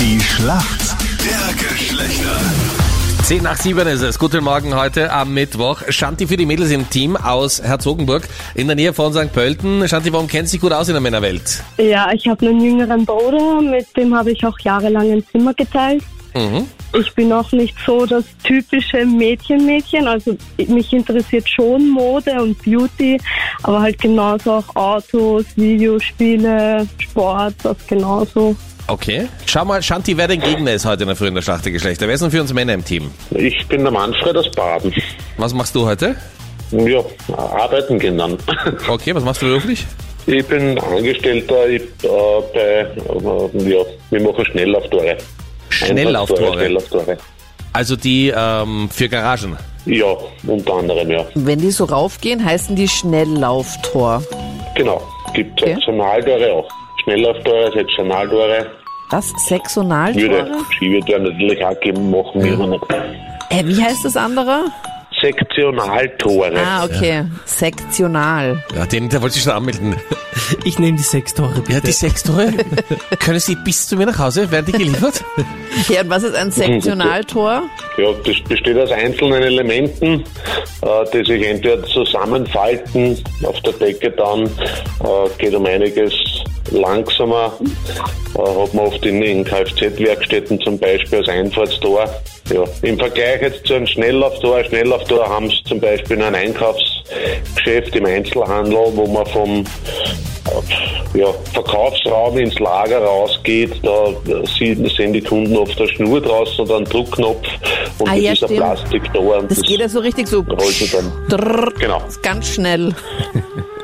Die Schlacht der Geschlechter. 10 nach 7 ist es. Guten Morgen heute am Mittwoch. Shanti für die Mädels im Team aus Herzogenburg in der Nähe von St. Pölten. Shanti, warum kennst du dich gut aus in der Männerwelt? Ja, ich habe einen jüngeren Bruder, mit dem habe ich auch jahrelang ein Zimmer geteilt. Ich bin auch nicht so das typische Mädchen-Mädchen. Also mich interessiert schon Mode und Beauty, aber halt genauso auch Autos, Videospiele, Sport, das genauso. Okay. Schau mal, Shanti, wer denn Gegner ist heute in der frühen der Schlacht der Geschlechter? Wer ist denn für uns Männer im Team? Ich bin der Manfred aus Baden. Was machst du heute? Ja, arbeiten gehen dann. Okay, was machst du beruflich? Ich bin Angestellter ich, äh, bei, äh, ja, wir machen Schnelllauftore. Schnelllauftore. Schnelllauftore. Also die ähm, für Garagen. Ja, unter anderem, ja. Wenn die so raufgehen, heißen die Schnelllauftor. Genau. Gibt Okay. Sektionaltore auch. Schnelllauftore, Sektionaltore. Was? Würde Sexonaltore? Skiviertore natürlich auch geben, machen wir aber nicht. Äh, wie heißt das andere? Sektionaltore. Ah, okay. Sektional. Ja, den, der wollte ich schon anmelden. Ich nehme die sechs Tore, bitte. Ja, die Sextore. Können Sie bis zu mir nach Hause? Werden die geliefert? Ja, und was ist ein Sektionaltor? Ja, das besteht aus einzelnen Elementen, äh, die sich entweder zusammenfalten auf der Decke dann, äh, geht um einiges langsamer, äh, hat man oft in, in Kfz-Werkstätten zum Beispiel als Einfahrtstor. Ja. Im Vergleich jetzt zu einem Schnelllauftor, Schnelllauftor haben sie zum Beispiel in einem Einkaufsgeschäft im Einzelhandel, wo man vom äh, ja, Verkaufsraum ins Lager rausgeht, da sieht- sehen die Kunden oft eine Schnur draußen und einen Druckknopf und Ah, das ja, ist ein stimmt. Plastik da. Und Das geht ja so richtig so. rollt sich dann. Drrr, Genau. Ganz schnell.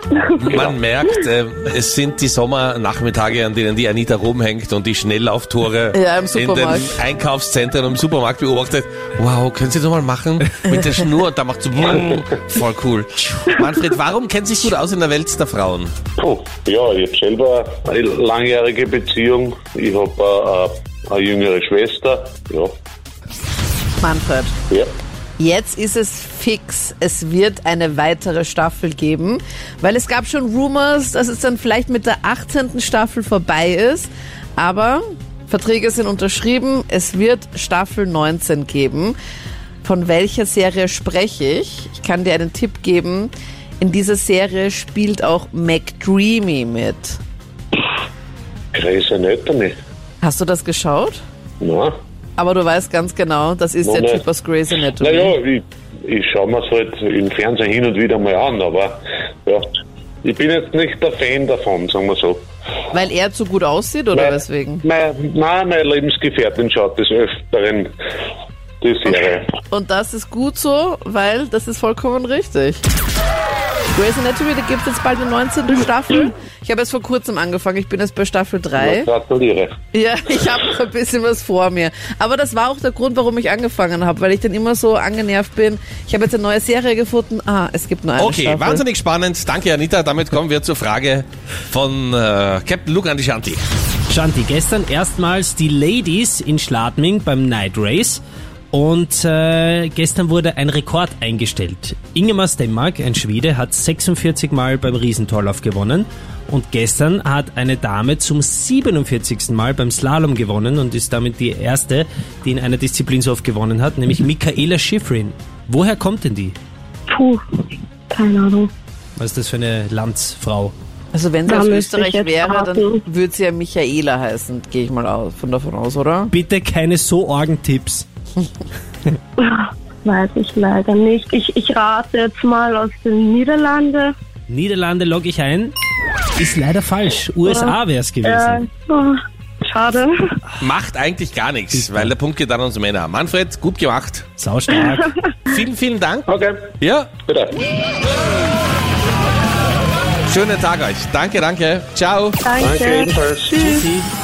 Genau. Man merkt, äh, es sind die Sommernachmittage, an denen die Anita rumhängt und die Schnelllauftore Ja, im in den Supermarkt. Einkaufszentren im Supermarkt beobachtet. Wow, können Sie das mal machen? Mit der Schnur, da macht so voll cool. Manfred, warum kennt sich gut aus in der Welt der Frauen? Puh, ja, ich habe selber eine langjährige Beziehung. Ich habe eine, eine jüngere Schwester. Ja, Manfred. ja. Jetzt ist es fix. Es wird eine weitere Staffel geben, weil es gab schon Rumors, dass es dann vielleicht mit der 18. Staffel vorbei ist. Aber Verträge sind unterschrieben. Es wird Staffel 19 geben. Von welcher Serie spreche ich? Ich kann dir einen Tipp geben. In dieser Serie spielt auch McDreamy mit. Crazy Anatomy. Hast du das geschaut? Nein. Aber du weißt ganz genau, das ist Nein, der nein. Typ aus Grey's Anatomy. Naja, ich, ich schaue mir's halt im Fernsehen hin und wieder mal an, aber ja, ich bin jetzt nicht der Fan davon, sagen wir so. Weil er zu gut aussieht oder Mein- weswegen? Mein, nein, meine Lebensgefährtin schaut des Öfteren die Serie. Und das ist gut so, weil das ist vollkommen richtig. Grey's Anatomy, da gibt es jetzt bald eine 19. Staffel. Ich habe erst vor kurzem angefangen, ich bin jetzt bei Staffel 3. Gratuliere. Ja, ich habe noch ein bisschen was vor mir. Aber das war auch der Grund, warum ich angefangen habe, weil ich dann immer so angenervt bin. Ich habe jetzt eine neue Serie gefunden. Ah, es gibt nur eine Okay, Staffel. wahnsinnig spannend. Danke, Anita. Damit kommen wir zur Frage von äh, Captain Luke an die Shanti. Shanti, gestern erstmals die Ladies in Schladming beim Night Race. Und äh, gestern wurde ein Rekord eingestellt. Ingemar Stenmark, ein Schwede, hat 46 Mal beim Riesentorlauf gewonnen. Und gestern hat eine Dame zum 47. Mal beim Slalom gewonnen und ist damit die erste, die in einer Disziplin so oft gewonnen hat, nämlich Michaela Schifrin. Woher kommt denn die? Puh, keine Ahnung. Was ist das für eine Landsfrau? Also wenn sie Da aus müsste ich Österreich jetzt wäre, dann raten. würde sie ja Michaela heißen, gehe ich mal aus, von davon aus, oder? Bitte keine so Orgentipps. Weiß ich leider nicht. Ich, ich rate jetzt mal aus den Niederlanden. Niederlande logge ich ein. Ist leider falsch. USA wäre es Äh, gewesen. oh, schade. Macht eigentlich gar nichts, weil der Punkt geht an uns Männer. Manfred, gut gemacht. Sau Saustark. Vielen, vielen Dank. Okay, Ja, bitte. schönen Tag euch. Danke, danke. Ciao. Danke. Danke, ebenfalls. Tschüss. Die